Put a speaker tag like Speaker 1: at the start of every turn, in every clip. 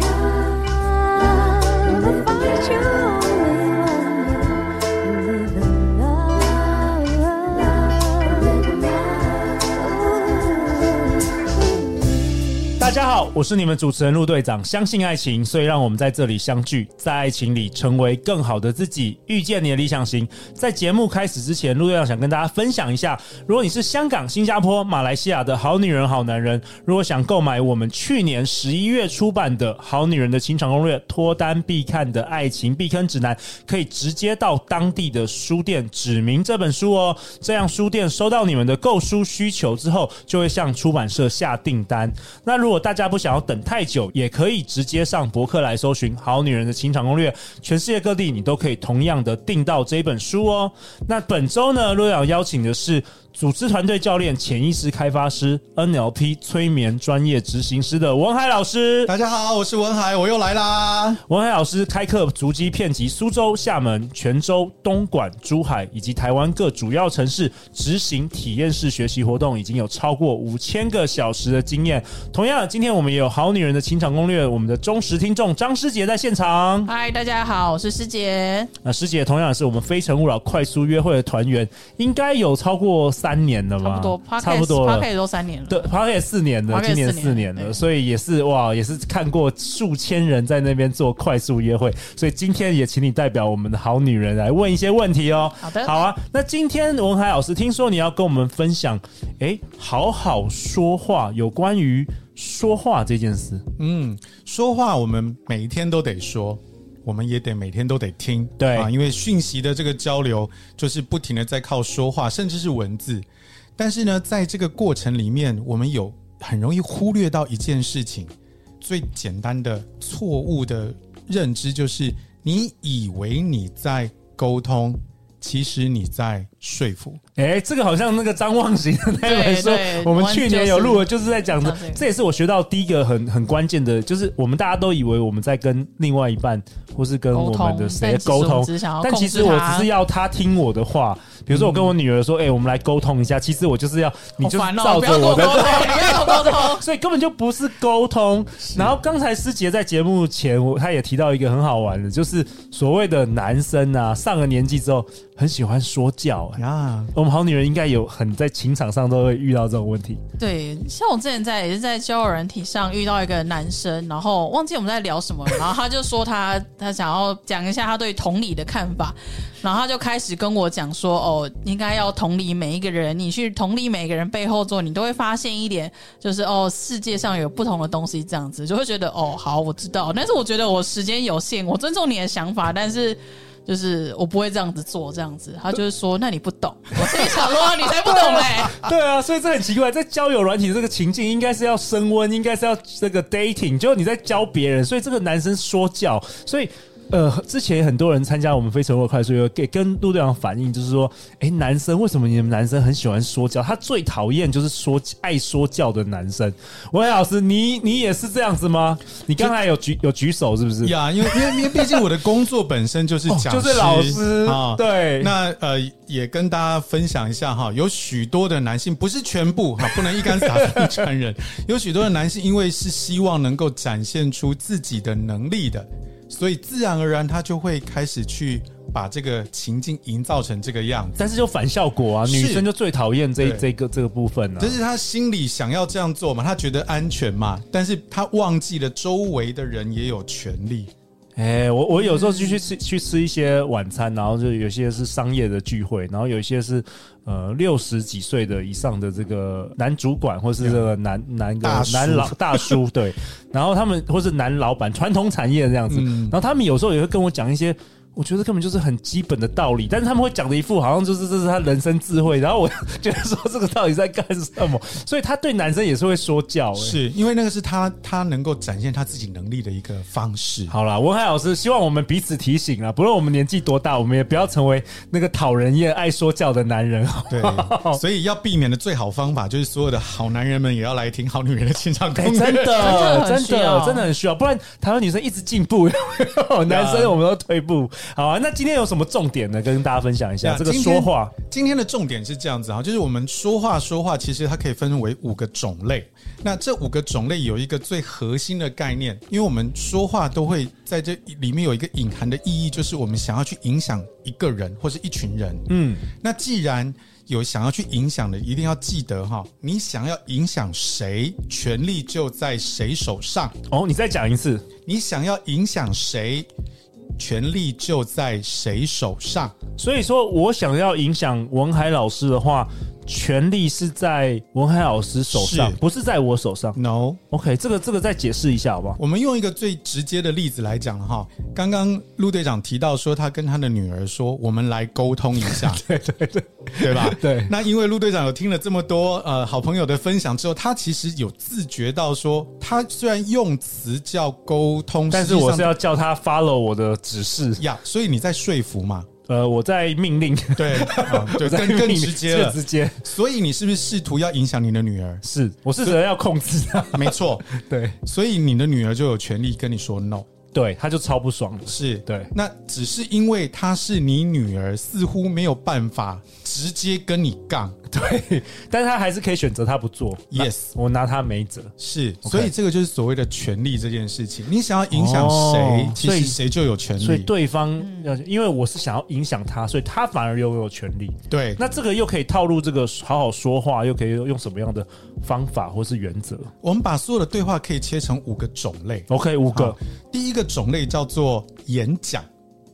Speaker 1: Love will find you. Live in love, live in love.
Speaker 2: 大家好，我是你们主持人陆队长。相信爱情，所以让我们在这里相聚，在爱情里成为更好的自己，遇见你的理想型。在节目开始之前，陆队长想跟大家分享一下，如果你是香港、新加坡、马来西亚的好女人、好男人，如果想购买我们去年十一月出版的《好女人的情场攻略》脱单必看的爱情避坑指南，可以直接到当地的书店指明这本书哦。这样书店收到你们的购书需求之后，就会向出版社下订单。那如果大家不想要等太久，也可以直接上博客来搜寻《好女人的情场攻略》，全世界各地你都可以同样的订到这一本书哦。那本周呢，陆阳邀请的是组织团队教练、潜意识开发师、NLP 催眠专业执行师的王海老师。
Speaker 3: 大家好，我是文海，我又来啦。
Speaker 2: 文海老师开课足迹遍及苏州、厦门、泉州、东莞、珠海以及台湾各主要城市，执行体验式学习活动已经有超过五千个小时的经验。同样，今天我们也有《好女人的情场攻略》，我们的忠实听众张师姐在现场。
Speaker 4: 嗨，大家好，我是师姐。
Speaker 2: 那师姐同样也是我们《非诚勿扰》快速约会的团员，应该有超过三年了
Speaker 4: 差
Speaker 2: 吧？
Speaker 4: 不多 p o d c
Speaker 2: 差
Speaker 4: a
Speaker 2: 不
Speaker 4: s t
Speaker 2: 多
Speaker 4: p
Speaker 2: 了
Speaker 4: o d c a s t 都三年了。
Speaker 2: 对 p a r k e 四年了，
Speaker 4: Parquet
Speaker 2: 今年
Speaker 4: 四年
Speaker 2: 四年了，
Speaker 4: 对
Speaker 2: 所以也是哇，也是看过数千人在那边做快速约会，所以今天也请你代表我们的好女人来问一些问题哦。
Speaker 4: 好的
Speaker 2: 好啊。那今天文海老师，听说你要跟我们分享，诶，好好说话，有关于说话这件事。
Speaker 3: 嗯，说话我们每一天都得说，我们也得每天都得听，
Speaker 2: 对
Speaker 3: 啊，因为讯息的这个交流就是不停的在靠说话，甚至是文字。但是呢，在这个过程里面，我们有很容易忽略到一件事情，最简单的错误的认知就是，你以为你在沟通，其实你在说服。
Speaker 2: 哎、这个好像那个张望行的那本书
Speaker 4: 对对，
Speaker 2: 我们去年有录了，就是在讲的
Speaker 4: 讲这个，
Speaker 2: 这也是我学到第一个很很关键的，就是我们大家都以为我们在跟另外一半，或是跟我们的谁沟
Speaker 4: 沟通但其实我
Speaker 2: 通
Speaker 4: 们只是想要，
Speaker 2: 但
Speaker 4: 控制
Speaker 2: 其实我
Speaker 4: 他
Speaker 2: 只是要他听我的话。比如说我跟我女儿说，哎、我们来沟通一下，其实我就是要你
Speaker 4: 好
Speaker 2: 就是
Speaker 4: 烦哦，
Speaker 2: 照
Speaker 4: 不要
Speaker 2: 着
Speaker 4: 跟我
Speaker 2: 我
Speaker 4: 沟
Speaker 2: 的
Speaker 4: 通，不要跟我沟通。
Speaker 2: 所以根本就不是沟通。然后刚才师姐在节目前，我她也提到一个很好玩的，就是所谓的男生啊，上了年纪之后很喜欢说教、哎
Speaker 3: 啊，
Speaker 2: 我们好女人应该有很在情场上都会遇到这种问题。
Speaker 4: 对，像我之前在也是在交友软体上遇到一个男生，然后忘记我们在聊什么了，然后他就说他他想要讲一下他对同理的看法，然后他就开始跟我讲说，哦，应该要同理每一个人，你去同理每个人背后做，你都会发现一点，就是哦，世界上有不同的东西，这样子就会觉得哦，好，我知道，但是我觉得我时间有限，我尊重你的想法，但是。就是我不会这样子做，这样子，他就是说，那你不懂，我心里想说，你才不懂哎嘞、
Speaker 2: 对啊，所以这很奇怪，在交友软体这个情境应该是要升温，应该是要这个 dating，就是你在教别人，所以这个男生说教，所以。呃，之前很多人参加我们非诚勿扰快速约会，给跟陆队长反映，就是说，哎、男生为什么你们男生很喜欢说教？他最讨厌就是说爱说教的男生。喂，老师，你你也是这样子吗？你刚才有举有举手是不是？
Speaker 3: 呀，因为因为因为毕竟我的工作本身就是讲师、
Speaker 2: 哦就是老师，
Speaker 3: 啊。
Speaker 2: 对，
Speaker 3: 那呃，也跟大家分享一下哈，有许多的男性，不是全部哈，不能一竿子打翻一船人。有许多的男性，因为是希望能够展现出自己的能力的，所以自然而然他就会开始去把这个情境营造成这个样子。
Speaker 2: 但是就反效果啊，
Speaker 3: 是
Speaker 2: 女生就最讨厌这
Speaker 3: 对
Speaker 2: 这个这个部分啊了、
Speaker 3: 这是他心里想要这样做嘛，他觉得安全嘛，但是他忘记了周围的人也有权利。
Speaker 2: 哎、我我有时候就去吃去吃一些晚餐，然后就有些是商业的聚会，然后有一些是呃六十几岁的以上的这个男主管或是这个男男个
Speaker 3: 大叔
Speaker 2: 男老大叔 对，然后他们或是男老板传统产业这样子，
Speaker 3: 嗯
Speaker 2: 然后他们有时候也会跟我讲一些。我觉得根本就是很基本的道理，但是他们会讲的一副好像就是这是他人生智慧，然后我 觉得说这个到底在干什么？所以他对男生也是会说教、哎
Speaker 3: 是因为那个是他他能够展现他自己能力的一个方式。
Speaker 2: 好啦，文海老师，希望我们彼此提醒啊，不论我们年纪多大，我们也不要成为那个讨人厌、爱说教的男人。
Speaker 3: 对，所以要避免的最好方法就是所有的好男人们也要来听好女人的现场攻
Speaker 2: 哎、
Speaker 3: 略。
Speaker 2: 真的，
Speaker 4: 真的很
Speaker 2: 真
Speaker 4: 需要
Speaker 2: 啊的，真的很需要，不然台湾女生一直进步，男生我们都退步。好啊，那今天有什么重点呢？跟大家分享一下
Speaker 3: 呀
Speaker 2: 这个
Speaker 3: 今
Speaker 2: 说
Speaker 3: 天
Speaker 2: 话。
Speaker 3: 今天的重点是这样子哈，就是我们说话说话，其实它可以分为五个种类。那这五个种类有一个最核心的概念，因为我们说话都会在这里面有一个隐含的意义，就是我们想要去影响一个人或是一群人。
Speaker 2: 嗯，
Speaker 3: 那既然有想要去影响的，一定要记得哈，你想要影响谁，权力就在谁手上；
Speaker 2: 哦，你再讲一次。
Speaker 3: 你想要影响谁，权力就在谁手上。
Speaker 2: 所以说我想要影响文海老师的话，权力是在文海老师手上，
Speaker 3: 是
Speaker 2: 不是在我手上。
Speaker 3: No，
Speaker 2: OK，这个这个再解释一下好不好？
Speaker 3: 我们用一个最直接的例子来讲了哈，刚刚陆队长提到说，他跟他的女儿说，我们来沟通一 下，对对对，对吧？
Speaker 2: 对
Speaker 3: 那因为陆队长有听了这么多呃好朋友的分享之后，他其实有自觉到说，他虽然用词叫沟通，
Speaker 2: 但是
Speaker 3: 实际上
Speaker 2: 我是要叫他 follow 我的指示，
Speaker 3: 呀，所以你在说服 嘛？
Speaker 2: 呃，我在命令，
Speaker 3: 对，啊 对，
Speaker 2: 在
Speaker 3: 更
Speaker 2: 命
Speaker 3: 更
Speaker 2: 令
Speaker 3: 直接
Speaker 2: 这
Speaker 3: 了。
Speaker 2: 直接
Speaker 3: 所以你是不是试图要影响你的女儿？
Speaker 2: 是，我试着要控制他，
Speaker 3: 没错，
Speaker 2: 对
Speaker 3: 所以你的女儿就有权利跟你说 no。
Speaker 2: 对，他就超不爽了。
Speaker 3: 是
Speaker 2: 对
Speaker 3: 那只是因为她是你女儿，似乎没有办法直接跟你杠。
Speaker 2: 对，但是他还是可以选择他不做。
Speaker 3: Yes 嗯
Speaker 2: 那我拿他没辙。
Speaker 3: 是
Speaker 2: OK
Speaker 3: 所以这个就是所谓的权利这件事情。你想要影响谁，
Speaker 2: 哦
Speaker 3: 其
Speaker 2: 所以
Speaker 3: 实谁就有权利。
Speaker 2: 所以对方要，因为我是想要影响他，所以他反而拥有权利。
Speaker 3: 对
Speaker 2: 那这个又可以套入这个好好说话，又可以用什么样的方法或是原则
Speaker 3: 我们把所有的对话可以切成五个种类。
Speaker 2: ？OK，五哦个
Speaker 3: 好，第一个种类叫做演讲。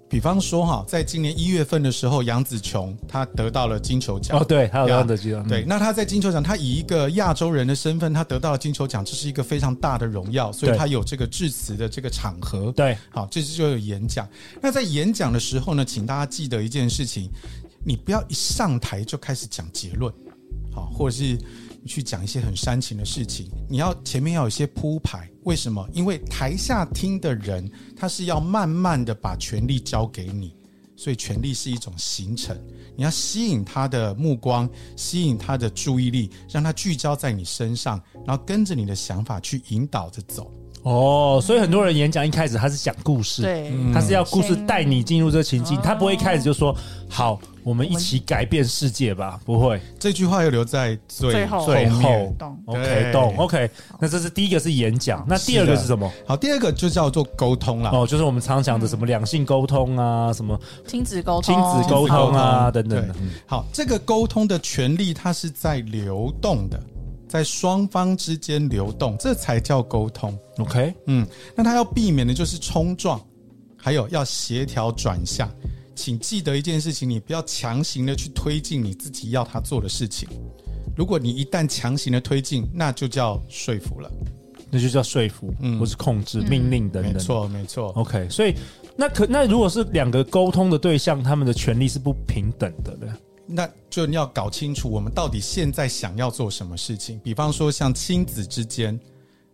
Speaker 3: 比方说哈，在今年一月份的时候，杨紫琼她得到了金球奖
Speaker 2: 哦，对，还有
Speaker 3: 呀
Speaker 2: 样的记得，嗯
Speaker 3: 对，，那他在金球奖，他以一个亚洲人的身份，他得到了金球奖，这是一个非常大的荣耀，所以
Speaker 2: 对
Speaker 3: 他有这个致辞的这个场合。
Speaker 2: 对，
Speaker 3: 好，这次就有演讲。那在演讲的时候呢，请大家记得一件事情，你不要一上台就开始讲结论，好，或者是去讲一些很煽情的事情，你要前面要有一些铺排。为什么？因为台下听的人，他是要慢慢的把权力交给你。所以权力是一种形成，你要吸引他的目光，吸引他的注意力，让他聚焦在你身上，然后跟着你的想法去引导着走。
Speaker 2: 哦，所以很多人演讲一开始他是讲故事，，
Speaker 4: 对，
Speaker 2: 嗯
Speaker 3: 嗯
Speaker 2: 他是要故事带你进入这个情境，他不会一开始就说好，我们一起改变世界吧，不会，
Speaker 3: 这句话要留在最
Speaker 4: 最后
Speaker 2: 最
Speaker 3: 后
Speaker 2: 后
Speaker 3: 面
Speaker 4: 懂
Speaker 2: OK
Speaker 3: 对啊
Speaker 2: 懂 OK，那这是第一个是演讲，那第二个是什么？
Speaker 3: 好，第二个就叫做沟通啦。
Speaker 2: 哦，就是我们常讲的什么两性沟通啊，什么
Speaker 4: 亲子沟
Speaker 2: 亲
Speaker 4: 通，
Speaker 2: 子沟通啊等等的
Speaker 3: 对。好，这个沟通的权利它是在流动的，在双方之间流动，这才叫沟通。
Speaker 2: OK，
Speaker 3: 嗯，那他要避免的就是冲撞，还有要协调转向。请记得一件事情，你不要强行的去推进你自己要他做的事情。如果你一旦强行的推进，那就叫说服了。
Speaker 2: 那就叫说服，
Speaker 3: 嗯
Speaker 2: 或是控制、命令等
Speaker 3: 没
Speaker 2: 等。
Speaker 3: 错，没错。
Speaker 2: OK，所以那可那如果是两个沟通的对象，他们的权利是不平等的呢？
Speaker 3: 那就要搞清楚我们到底现在想要做什么事情。比方说，像亲子之间，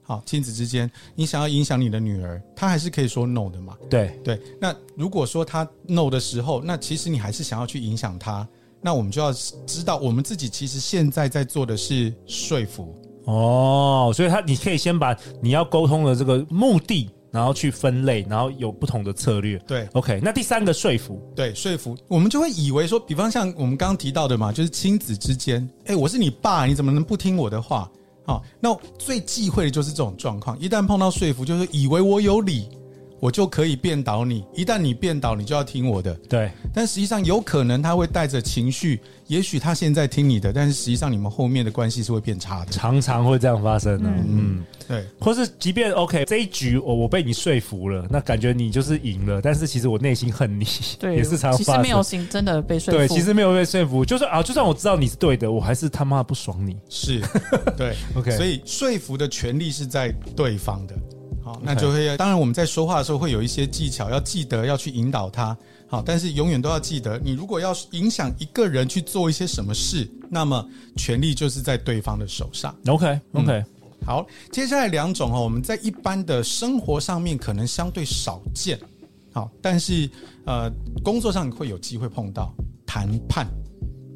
Speaker 3: 好，亲子之间，你想要影响你的女儿，她还是可以说 no 的嘛。
Speaker 2: 对，
Speaker 3: 对，那如果说她 no 的时候，那其实你还是想要去影响她，那我们就要知道，我们自己其实现在在做的是说服。
Speaker 2: 哦，所以他你可以先把你要沟通的这个目的，然后去分类，然后有不同的策略。
Speaker 3: 对
Speaker 2: OK，那第三个说服，
Speaker 3: 对，说服我们就会以为说，比方像我们刚刚提到的嘛，就是亲子之间，哎，我是你爸，你怎么能不听我的话？好、那最忌讳的就是这种状况。一旦碰到说服，就是以为我有理，我就可以辩倒你。一旦你辩倒，你就要听我的。
Speaker 2: 对，
Speaker 3: 但实际上，有可能他会带着情绪，也许他现在听你的，但是实际上你们后面的关系是会变差的。
Speaker 2: 常常会这样发生呢、嗯
Speaker 3: 对，
Speaker 2: 或是即便 OK 这一局哦我我被你说服了，那感觉你就是赢了，但是其实我内心恨你，
Speaker 4: 对，
Speaker 2: 也是常常
Speaker 4: 其
Speaker 2: 发
Speaker 4: 实
Speaker 2: 生。
Speaker 4: 没有行，真的被说服。
Speaker 2: 对，其实没有被说服，就算啊，就算我知道你是对的，我还是他妈不爽你。
Speaker 3: 是，对
Speaker 2: OK
Speaker 3: 所以说服的权利是在对方的。好，那就会当然我们在说话的时候会有一些技巧，要记得要去引导他。好，但是永远都要记得，你如果要影响一个人去做一些什么事，那么权利就是在对方的手上。
Speaker 2: OK
Speaker 3: 嗯
Speaker 2: OK，、
Speaker 3: 好，接下来两种哦，我们在一般的生活上面可能相对少见，好，但是呃，工作上会有机会碰到谈判，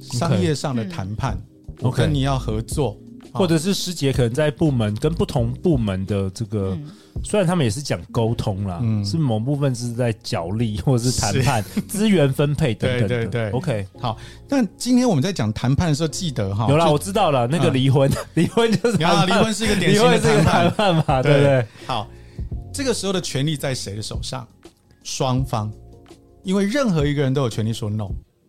Speaker 3: 商业上的谈判我
Speaker 2: OK
Speaker 3: 跟你要合作。
Speaker 2: 或者是师姐可能在部门跟不同部门的这个，
Speaker 4: 嗯
Speaker 2: 虽然他们也是讲沟通啦，
Speaker 3: 嗯
Speaker 2: 是某部分是在角力或者是谈 判、资源分配等等的。
Speaker 3: 对对对
Speaker 2: OK，
Speaker 3: 好，但今天我们在讲谈判的时候，记得哈，
Speaker 2: 有啦，
Speaker 3: 就
Speaker 2: 我知道了，那个离婚， 离婚就是
Speaker 3: 然后
Speaker 2: 谈判
Speaker 3: 离婚是一个 典
Speaker 2: 离
Speaker 3: 型的
Speaker 2: 婚是一
Speaker 3: 谈
Speaker 2: 个谈
Speaker 3: 判，
Speaker 2: 判嘛，对不对？
Speaker 3: 好，这个时候的权利在谁的手上？双方，因为任何一个人都有权利说 no。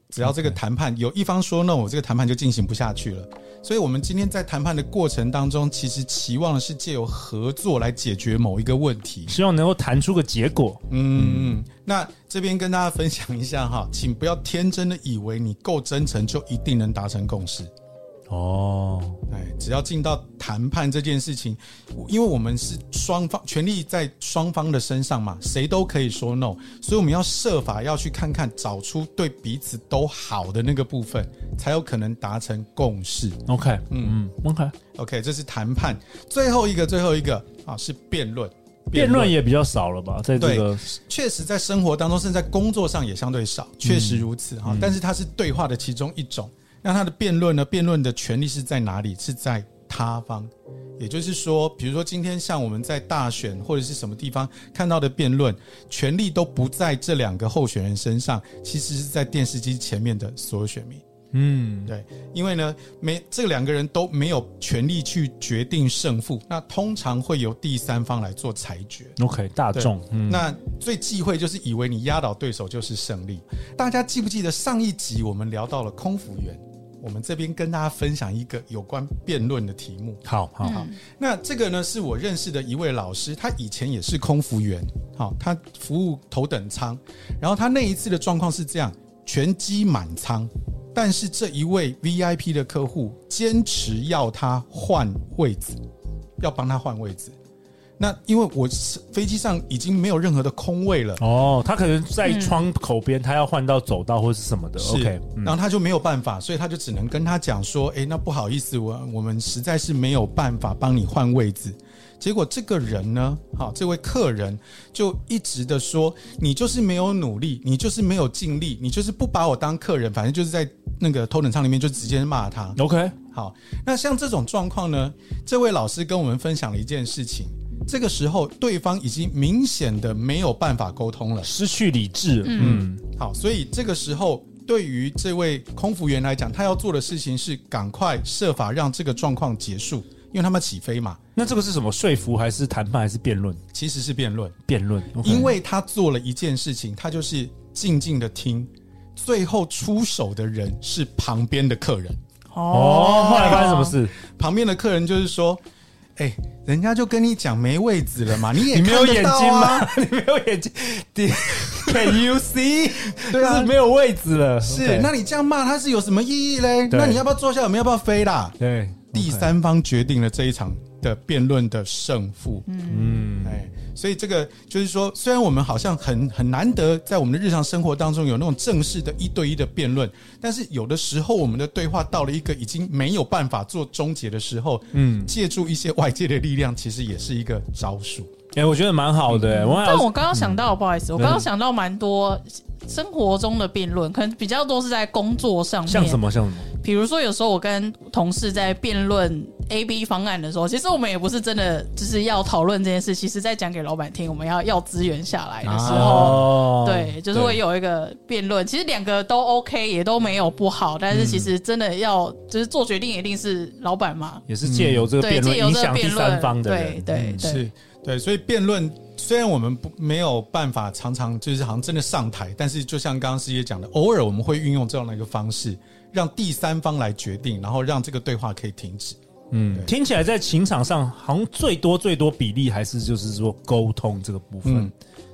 Speaker 3: 只要这个谈判有一方说 no，我这个谈判就进行不下去了。所以，我们今天在谈判的过程当中，其实期望的是借由合作来解决某一个问题。
Speaker 2: 希望能够谈出个结果。
Speaker 3: 嗯，那这边跟大家分享一下哈，请不要天真的以为你够真诚就一定能达成共识。嗯
Speaker 2: 哦，
Speaker 3: 哎，只要进到谈判这件事情，因为我们是双方权利在双方的身上嘛，谁都可以说 no，所以我们要设法要去看看，找出对彼此都好的那个部分，才有可能达成共识。
Speaker 2: OK，嗯嗯，OK，
Speaker 3: OK，这是谈判。最后一个，最后一个啊是辩论，
Speaker 2: 辩论也比较少了吧，在这
Speaker 3: 对
Speaker 2: 个
Speaker 3: 确实在生活当中，甚至在工作上也相对少，确实如此哈、但是它是对话的其中一种。那它的辩论呢？辩论的权利是在哪里？是在他方，也就是说，比如说今天像我们在大选或者是什么地方看到的辩论，权利都不在这两个候选人身上，其实是在电视机前面的所有选民。
Speaker 2: 嗯。
Speaker 3: 对，因为呢，没这两个人都没有权利去决定胜负，那通常会由第三方来做裁决。
Speaker 2: OK，大
Speaker 3: 对
Speaker 2: 众，嗯，
Speaker 3: 那最忌讳就是以为你压倒对手就是胜利。大家记不记得上一集我们聊到了空服员？我们这边跟大家分享一个有关辩论的题目。
Speaker 2: 好好好，
Speaker 3: 那这个呢，是我认识的一位老师，他以前也是空服员，好、他服务头等舱。然后他那一次的状况是这样，全机满舱，但是这一位 VIP 的客户坚持要他换位置，要帮他换位置。那因为我是飞机上已经没有任何的空位了，
Speaker 2: 哦，他可能在窗口边，他要换到走道或是什么的。
Speaker 3: 是
Speaker 2: OK，嗯
Speaker 3: 然后他就没有办法，所以他就只能跟他讲说：“诶，那不好意思，我我们实在是没有办法帮你换位置。”结果这个人呢，好，这位客人就一直的说：“你就是没有努力，你就是没有尽力，你就是不把我当客人。”反正就是在那个头等舱里面就直接骂他。
Speaker 2: ，OK，
Speaker 3: 好，那像这种状况呢，这位老师跟我们分享了一件事情。这个时候，对方已经明显的没有办法沟通了。
Speaker 2: 失去理智了，嗯，
Speaker 3: 好，所以这个时候对于这位空服员来讲，他要做的事情是赶快设法让这个状况结束，因为他们起飞嘛，
Speaker 2: 那这个是什么？说服还是谈判还是辩论？
Speaker 3: 其实是辩论，
Speaker 2: 辩论，OK，
Speaker 3: 因为他做了一件事情，他就是静静的听，最后出手的人是旁边的客人，
Speaker 2: 哦，后来发生什么？事？
Speaker 3: 旁边的客人就是说，哎、人家就跟你讲没位置了嘛，你也、
Speaker 2: 你没有眼睛
Speaker 3: 吗？
Speaker 2: 吗？你没有眼睛你？Can you see？
Speaker 3: 对啊
Speaker 2: 就是没有位置了。
Speaker 3: 是
Speaker 2: OK，
Speaker 3: 那你这样骂他是有什么意义嘞？
Speaker 2: 对
Speaker 3: 那你要不要坐下？我们要不要飞啦？
Speaker 2: 对
Speaker 3: 第，三方决定了这一场的辩论的胜负。嗯，哎，所以这个就是说，虽然我们好像很很难得在我们的日常生活当中有那种正式的一对一的辩论，但是有的时候我们的对话到了一个已经没有办法做终结的时候，嗯，借助一些外界的力量，其实也是一个招数。
Speaker 2: 哎，我觉得蛮好的。我
Speaker 4: 但
Speaker 2: 想
Speaker 4: 我刚刚想
Speaker 2: 嗯
Speaker 4: 到，不好意思，我刚刚想到蛮多生活中的辩论，可能比较多是在工作上面。
Speaker 2: 像什？么像什么？
Speaker 4: 比如说，有时候我跟同事在辩论 A、B 方案的时候，其实我们也不是真的就是要讨论这件事，其实在讲给老板听，我们要要资源下来的时候。
Speaker 2: 哦，
Speaker 4: 对，就是
Speaker 3: 对
Speaker 4: 会有一个辩论，其实两个都 OK，也都没有不好，但是其实真的要就是做决定，一定是老板嘛，
Speaker 2: 也是借由这个
Speaker 4: 对，
Speaker 2: 辩论
Speaker 4: 借由
Speaker 2: 影
Speaker 4: 这个
Speaker 2: 响第
Speaker 4: 辩
Speaker 2: 三
Speaker 4: 论，
Speaker 2: 方的
Speaker 4: 对
Speaker 2: 人，嗯
Speaker 4: 对对，
Speaker 3: 是对，所以辩论虽然我们不没有办法常常就是好像真的上台，但是就像刚刚师姐讲的，偶尔我们会运用这样的一个方式，让第三方来决定，然后让这个对话可以停止。
Speaker 2: 嗯，听起来在情场上好像最多最多比例还是就是说沟通这个部分
Speaker 3: 嗯。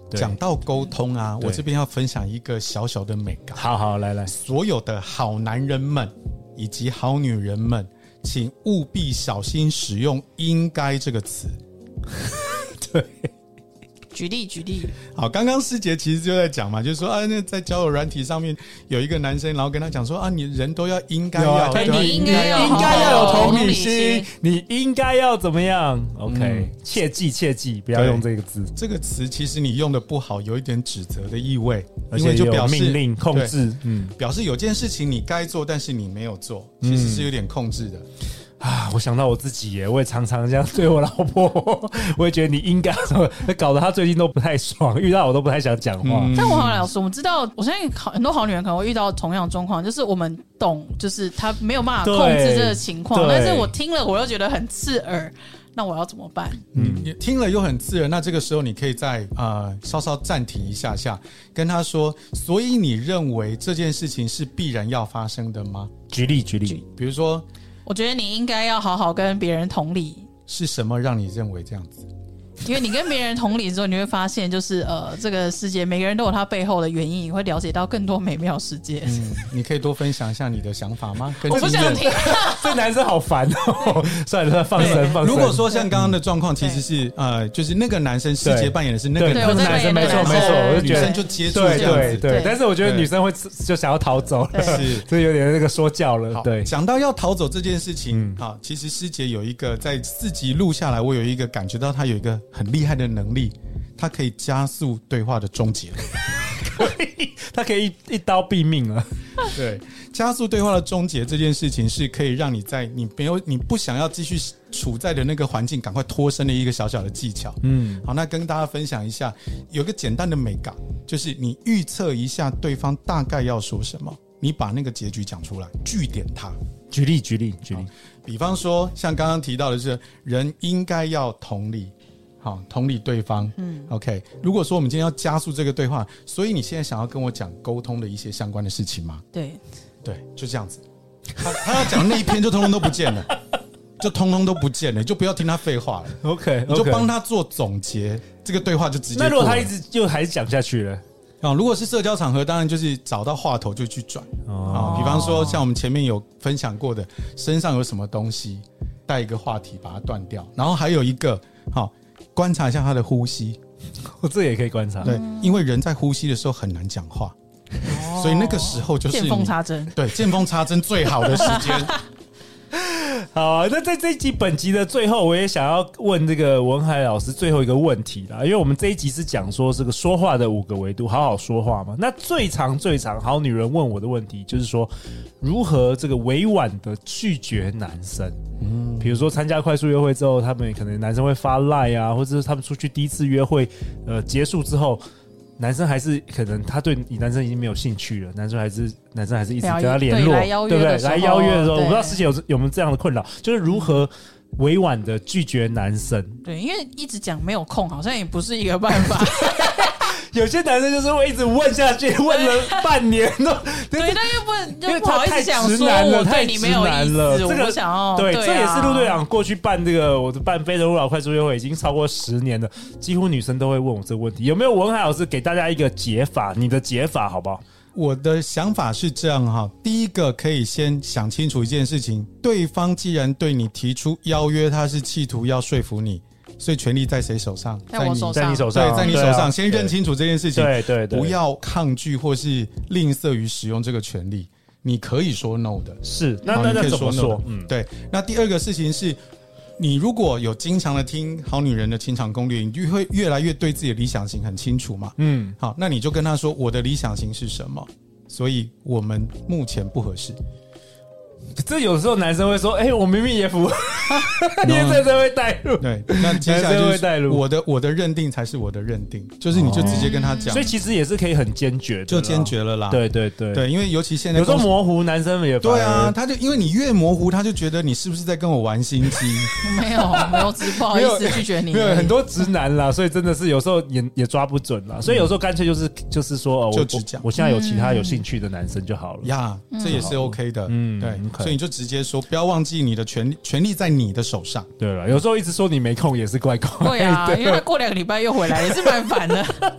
Speaker 2: 对
Speaker 3: 讲到沟通啊，
Speaker 2: 对
Speaker 3: 我这边要分享一个小小的美感，
Speaker 2: 好好来来，
Speaker 3: 所有的好男人们以及好女人们，请务必小心使用“应该”这个词。
Speaker 4: 举例举例，
Speaker 3: 好，刚刚师姐其实就在讲嘛，就是说啊，那在交友软体上面有一个男生，然后跟他讲说啊，你人都要应该
Speaker 2: 有啊
Speaker 3: 要，
Speaker 2: 对
Speaker 4: 你应该要
Speaker 2: 应该要有同理
Speaker 4: 好好有同
Speaker 2: 心
Speaker 4: 理心，
Speaker 2: 你应该要怎么样？OK，切记切记，不要
Speaker 3: 对
Speaker 2: 用这个字，
Speaker 3: 这个词其实你用的不好，有一点指责的意味，
Speaker 2: 而
Speaker 3: 因为
Speaker 2: 且
Speaker 3: 就
Speaker 2: 有
Speaker 3: 表示
Speaker 2: 命令控，
Speaker 3: 对
Speaker 2: 制。嗯，嗯
Speaker 3: 表示有件事情你该做，但是你没有做，其实是有点控制的。
Speaker 2: 啊，我想到我自己耶，我也常常这样对我老婆， 我也觉得你应该什么，搞得她最近都不太爽，遇到我都不太想讲话。
Speaker 3: 嗯
Speaker 4: 但我好老师，我们知道，我相信好很多好女人可能会遇到同样的状况，就是我们懂，就是她没有办法
Speaker 2: 对
Speaker 4: 控制这个情况，
Speaker 2: 对
Speaker 4: 但是我听了我又觉得很刺耳，那我要怎么办？
Speaker 2: 嗯
Speaker 3: 你听了又很刺耳，那这个时候你可以再呃稍稍暂停一下下，跟他说，所以你认为这件事情是必然要发生的吗？
Speaker 2: 举例举例，
Speaker 3: 比如说
Speaker 4: 我觉得你应该要好好跟别人同理，
Speaker 3: 是什么让你认为这样子？
Speaker 4: 因为你跟别人同理之后，你会发现，就是呃，这个世界每个人都有他背后的原因，你会了解到更多美妙世界。
Speaker 3: 嗯，你可以多分享一下你的想法 吗？跟
Speaker 4: 我不
Speaker 3: 经
Speaker 4: 想
Speaker 3: 验
Speaker 4: 听，
Speaker 2: 这男生好烦哦。算了算了，放
Speaker 4: 对
Speaker 2: 生放生。
Speaker 3: 如果说像刚刚的状况，其实是
Speaker 4: 嗯
Speaker 3: 呃，就是那个男生世
Speaker 2: 对
Speaker 3: 杰扮演的是那个
Speaker 2: 对
Speaker 4: 对
Speaker 3: 男
Speaker 4: 我
Speaker 3: 生，
Speaker 4: 在
Speaker 2: 男生
Speaker 4: 扮
Speaker 2: 没
Speaker 4: 演那
Speaker 2: 错
Speaker 4: 个
Speaker 2: 没错
Speaker 4: 男
Speaker 2: 我就
Speaker 4: 生
Speaker 3: 女
Speaker 2: 觉得
Speaker 3: 生就接触
Speaker 2: 对
Speaker 3: 这样
Speaker 2: 对
Speaker 3: 子。
Speaker 2: 对
Speaker 4: 对，
Speaker 2: 但是我觉得
Speaker 3: 对
Speaker 2: 女生会自就想要逃走了，
Speaker 3: 是
Speaker 2: 这有点那个说教了。
Speaker 3: 好
Speaker 2: 对，
Speaker 3: 讲到要逃走这件事情
Speaker 2: 嗯，
Speaker 3: 好，其实师姐有一个在四集录下来，我有一个感觉到她有一个很厉害的能力，她可以加速对话的终结。
Speaker 2: 他可以一一刀毙命了。
Speaker 3: 对，加速对话的终结这件事情是可以让你在你没有你不想要继续处在的那个环境，赶快脱身的一个小小的技巧。
Speaker 2: 嗯，
Speaker 3: 好，那跟大家分享一下，有个简单的美感，就是你预测一下对方大概要说什么，你把那个结局讲出来，据点他。
Speaker 2: 举例举例举例，
Speaker 3: 比方说，像刚刚提到的是，人应该要同理，好，同理对方。嗯，OK。如果说我们今天要加速这个对话，所以你现在想要跟我讲沟通的一些相关的事情吗？
Speaker 4: 对，
Speaker 3: 对，就这样子。他他要讲的那一篇就通通都不见了， 就通通都不见了，你就不要听他废话了，
Speaker 2: OK，
Speaker 3: 你就帮。他做总结，这个对话就直接过
Speaker 2: 那
Speaker 3: 了。
Speaker 2: 如果他一直就还是讲下去了，
Speaker 3: 啊、如果是社交场合，当然就是找到话头就去转啊、
Speaker 2: 哦
Speaker 3: 比方说，像我们前面有分享过的，身上有什么东西，带一个话题把它断掉，然后还有一个好、观察一下他的呼吸，
Speaker 2: 我这也可以观察。
Speaker 3: 对，
Speaker 4: 嗯
Speaker 3: 因为人在呼吸的时候很难讲话，所以那个时候就是
Speaker 4: 见缝
Speaker 3: 你
Speaker 4: 插针。
Speaker 3: 对见缝插针最好的时间。
Speaker 2: 好啊、那在这一集本集的最后，我也想要问这个文海老师最后一个问题啦，因为我们这一集是讲说这个说话的五个维度，好好说话嘛。那最常最常好女人问我的问题就是说，如何这个委婉的拒绝男生？嗯，比如说参加快速约会之后，他们可能男生会发赖啊，或者是他们出去第一次约会，呃，结束之后。男生还是可能他对你男生已经没有兴趣了，男生还是男生还是一直跟他联络
Speaker 4: 对来，邀约
Speaker 2: 对不对？
Speaker 4: 的时候
Speaker 2: 来邀约的时候，我
Speaker 4: 对
Speaker 2: 不知道师姐有有没有这样的困扰，就是如何委婉的拒绝男生。
Speaker 4: 对，因为一直讲没有空，好像也不是一个办法。
Speaker 2: 有些男生就是会一直问下去，问了半年都，
Speaker 4: 对，但又不能
Speaker 2: 因为
Speaker 4: 又不
Speaker 2: 他
Speaker 4: 好意
Speaker 2: 太
Speaker 4: 思想
Speaker 2: 直
Speaker 4: 说
Speaker 2: 男了，
Speaker 4: 我
Speaker 2: 太
Speaker 4: 对你
Speaker 2: 直
Speaker 4: 没有
Speaker 2: 男
Speaker 4: 意
Speaker 2: 了。
Speaker 4: 思，
Speaker 2: 这
Speaker 4: 我
Speaker 2: 个
Speaker 4: 不想要。
Speaker 2: 对，
Speaker 4: 啊
Speaker 2: 这也是陆队长过去办这个我的办非诚勿扰快速约会已经超过十年了，几乎女生都会问我这个问题，有没有文海老师给大家一个解法？你的解法好不好？
Speaker 3: 我的想法是这样哈，第一个可以先想清楚一件事情：对方既然对你提出邀约，他是企图要说服你，所以权力在谁手上？
Speaker 4: 在我
Speaker 3: 你
Speaker 4: 手
Speaker 2: 在你手上，
Speaker 3: 对，在你手
Speaker 2: 对
Speaker 3: 上。
Speaker 2: 啊
Speaker 3: 先认清楚这件事情，
Speaker 2: 对对对，
Speaker 3: 不要抗拒或是吝啬于使用这个权利。你可以说 no 的，
Speaker 2: 是那
Speaker 3: 好
Speaker 2: 那
Speaker 3: 你可
Speaker 2: 那
Speaker 3: 以
Speaker 2: 怎么
Speaker 3: no
Speaker 2: 说
Speaker 3: 的？
Speaker 2: 嗯，
Speaker 3: 对。那第二个事情是，你如果有经常的听《好女人的情场攻略》，你就会越来越对自己的理想型很清楚嘛。
Speaker 2: 嗯，
Speaker 3: 好，那你就跟他说我的理想型是什么，所以我们目前不合适。
Speaker 2: 这有时候男生会说：“哎、我明明也符合，因为这真会带入。
Speaker 3: 对， 那接下来
Speaker 2: 男生
Speaker 3: 就
Speaker 2: 会带
Speaker 3: 是
Speaker 2: 入
Speaker 3: 我的我的认定才是我的认定，就是你就直接跟他”讲，
Speaker 2: 嗯所以其实也是可以很坚决的，
Speaker 3: 就坚。决了啦。
Speaker 2: 对对对，
Speaker 3: 对，因为尤其现在
Speaker 2: 有时候
Speaker 3: 公司
Speaker 2: 模糊，男生也反而
Speaker 3: 对啊，，他就因为你越模糊，他就觉得你是不是在跟我玩心机？
Speaker 4: 没有没有，只是不好意
Speaker 2: 没
Speaker 4: 思拒绝你。
Speaker 2: 没有很多直男啦，所以真的是有时候也也抓不准
Speaker 4: 嗯
Speaker 2: 啦。所以有时候干脆就是就是说，哦，我
Speaker 3: 就直讲
Speaker 2: 我我现在有其他有兴趣的男生就好了。
Speaker 3: 呀，这也是 OK 的。
Speaker 2: 嗯
Speaker 3: 嗯，对，
Speaker 2: OK
Speaker 3: 所以你就直接说，不要忘记你的权利，权利在你的手上。
Speaker 2: 对了，有时候一直说你没空也是怪怪
Speaker 4: 对 啊，因为他
Speaker 2: 的。
Speaker 4: 过两个礼拜又回来，也是蛮烦的。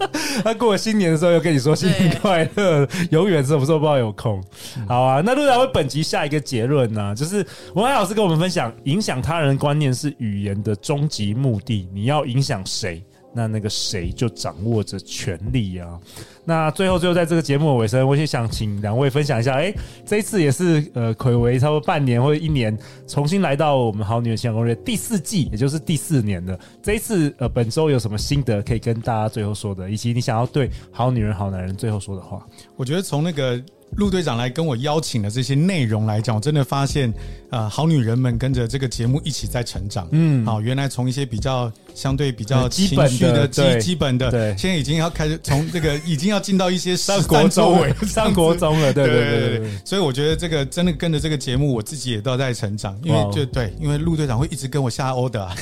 Speaker 2: 他过了新年的时候又跟你说新年快乐，永远什么时候不知道有空。好啊，那陆大为本集下一个结论呢、就是文海老师跟我们分享，影响他人观念是语言的终极目的，你要影响谁？那那个谁就掌握着权力啊！那最后最后在这个节目的尾声，我也想请两位分享一下，哎、这一次也是呃，暌违差不多半年或者一年，重新来到我们《好女人情感攻略》第四季，也就是第四年了。这一次呃，本周有什么心得可以跟大家最后说的，以及你想要对好女人、好男人最后说的话？
Speaker 3: 我觉得从那个陆队长来跟我邀请的这些内容来讲，我真的发现，呃，好女人们跟着这个节目一起在成长。
Speaker 2: 嗯
Speaker 3: 好，原来从一些比较相对比较
Speaker 2: 呃基
Speaker 3: 情绪
Speaker 2: 本的
Speaker 3: 基
Speaker 2: 对
Speaker 3: 基本的，
Speaker 2: 对
Speaker 3: 现在已经要开始从这个已经要进到一些
Speaker 2: 上
Speaker 3: 实
Speaker 2: 国
Speaker 3: 战作
Speaker 2: 中
Speaker 3: 为
Speaker 2: 了，上国中了，对
Speaker 3: 对
Speaker 2: 对
Speaker 3: 对
Speaker 2: 对
Speaker 3: 对
Speaker 2: 对对
Speaker 3: 对，所以我觉得这个真的跟着这个节目，我自己也都在成长，因
Speaker 2: 哇哦
Speaker 3: 为就对，因为陆队长会一直跟我下 order，啊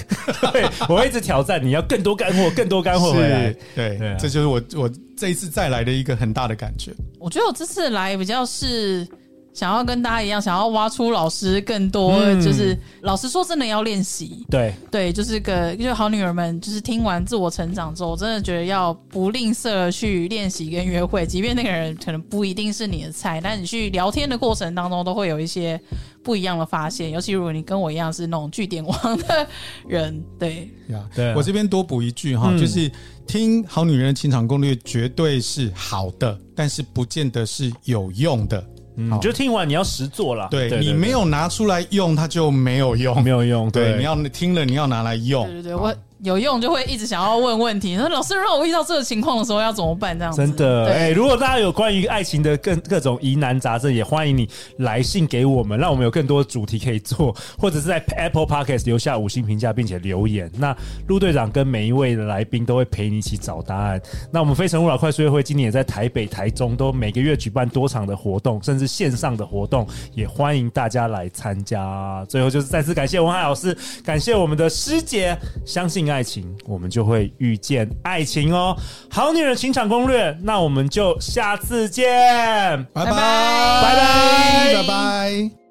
Speaker 2: 对，我会一直挑战你要更多干货，更多干货回来
Speaker 3: 是。对
Speaker 2: 哦对啊
Speaker 3: 这就是我我这一次再来的一个很大的感觉。
Speaker 4: 我觉得我这次来比较是想要跟大家一样，想要挖出老师更多，
Speaker 2: 嗯
Speaker 4: 就是老实说，真的要练习。
Speaker 2: 对，
Speaker 4: 对，就是个就是好女儿们，就是听完自我成长之后，我真的觉得要不吝啬的去练习跟约会，即便那个人可能不一定是你的菜，但你去聊天的过程当中，都会有一些不一样的发现。尤其如果你跟我一样是那种据点王的人，对，
Speaker 3: 呀
Speaker 2: 对啊
Speaker 3: 我这边多补一句哈，
Speaker 2: 嗯
Speaker 3: 就是听《好女人的情场攻略》绝对是好的，但是不见得是有用的。
Speaker 2: 嗯，
Speaker 3: 好
Speaker 2: 就听完你要实做啦。
Speaker 3: 对你没有拿出来用，它就没有用。
Speaker 2: 没有用，
Speaker 3: 对，
Speaker 2: 对，
Speaker 3: 你要听了，你要拿来用。
Speaker 4: 对对对，我有用就会一直想要问问题。那老师让我遇到这个情况的时候要怎么办？这样子
Speaker 2: 真的，
Speaker 4: 对
Speaker 2: 哎、如果大家有关于爱情的各各种疑难杂症，也欢迎你来信给我们，让我们有更多的主题可以做，或者是在 Apple Podcast 留下五星评价，并且留言。那陆队长跟每一位的来宾都会陪你一起找答案。那我们非诚勿扰快速约会今年也在台北、台中都每个月举办多场的活动，甚至线上的活动，也欢迎大家来参加。最后就是再次感谢文海老师，感谢我们的师姐，相信爱情，我们就会遇见爱情哦。好女人情场攻略，那我们就下次见。
Speaker 3: 拜
Speaker 4: 拜
Speaker 3: 拜
Speaker 4: 拜
Speaker 3: 拜拜。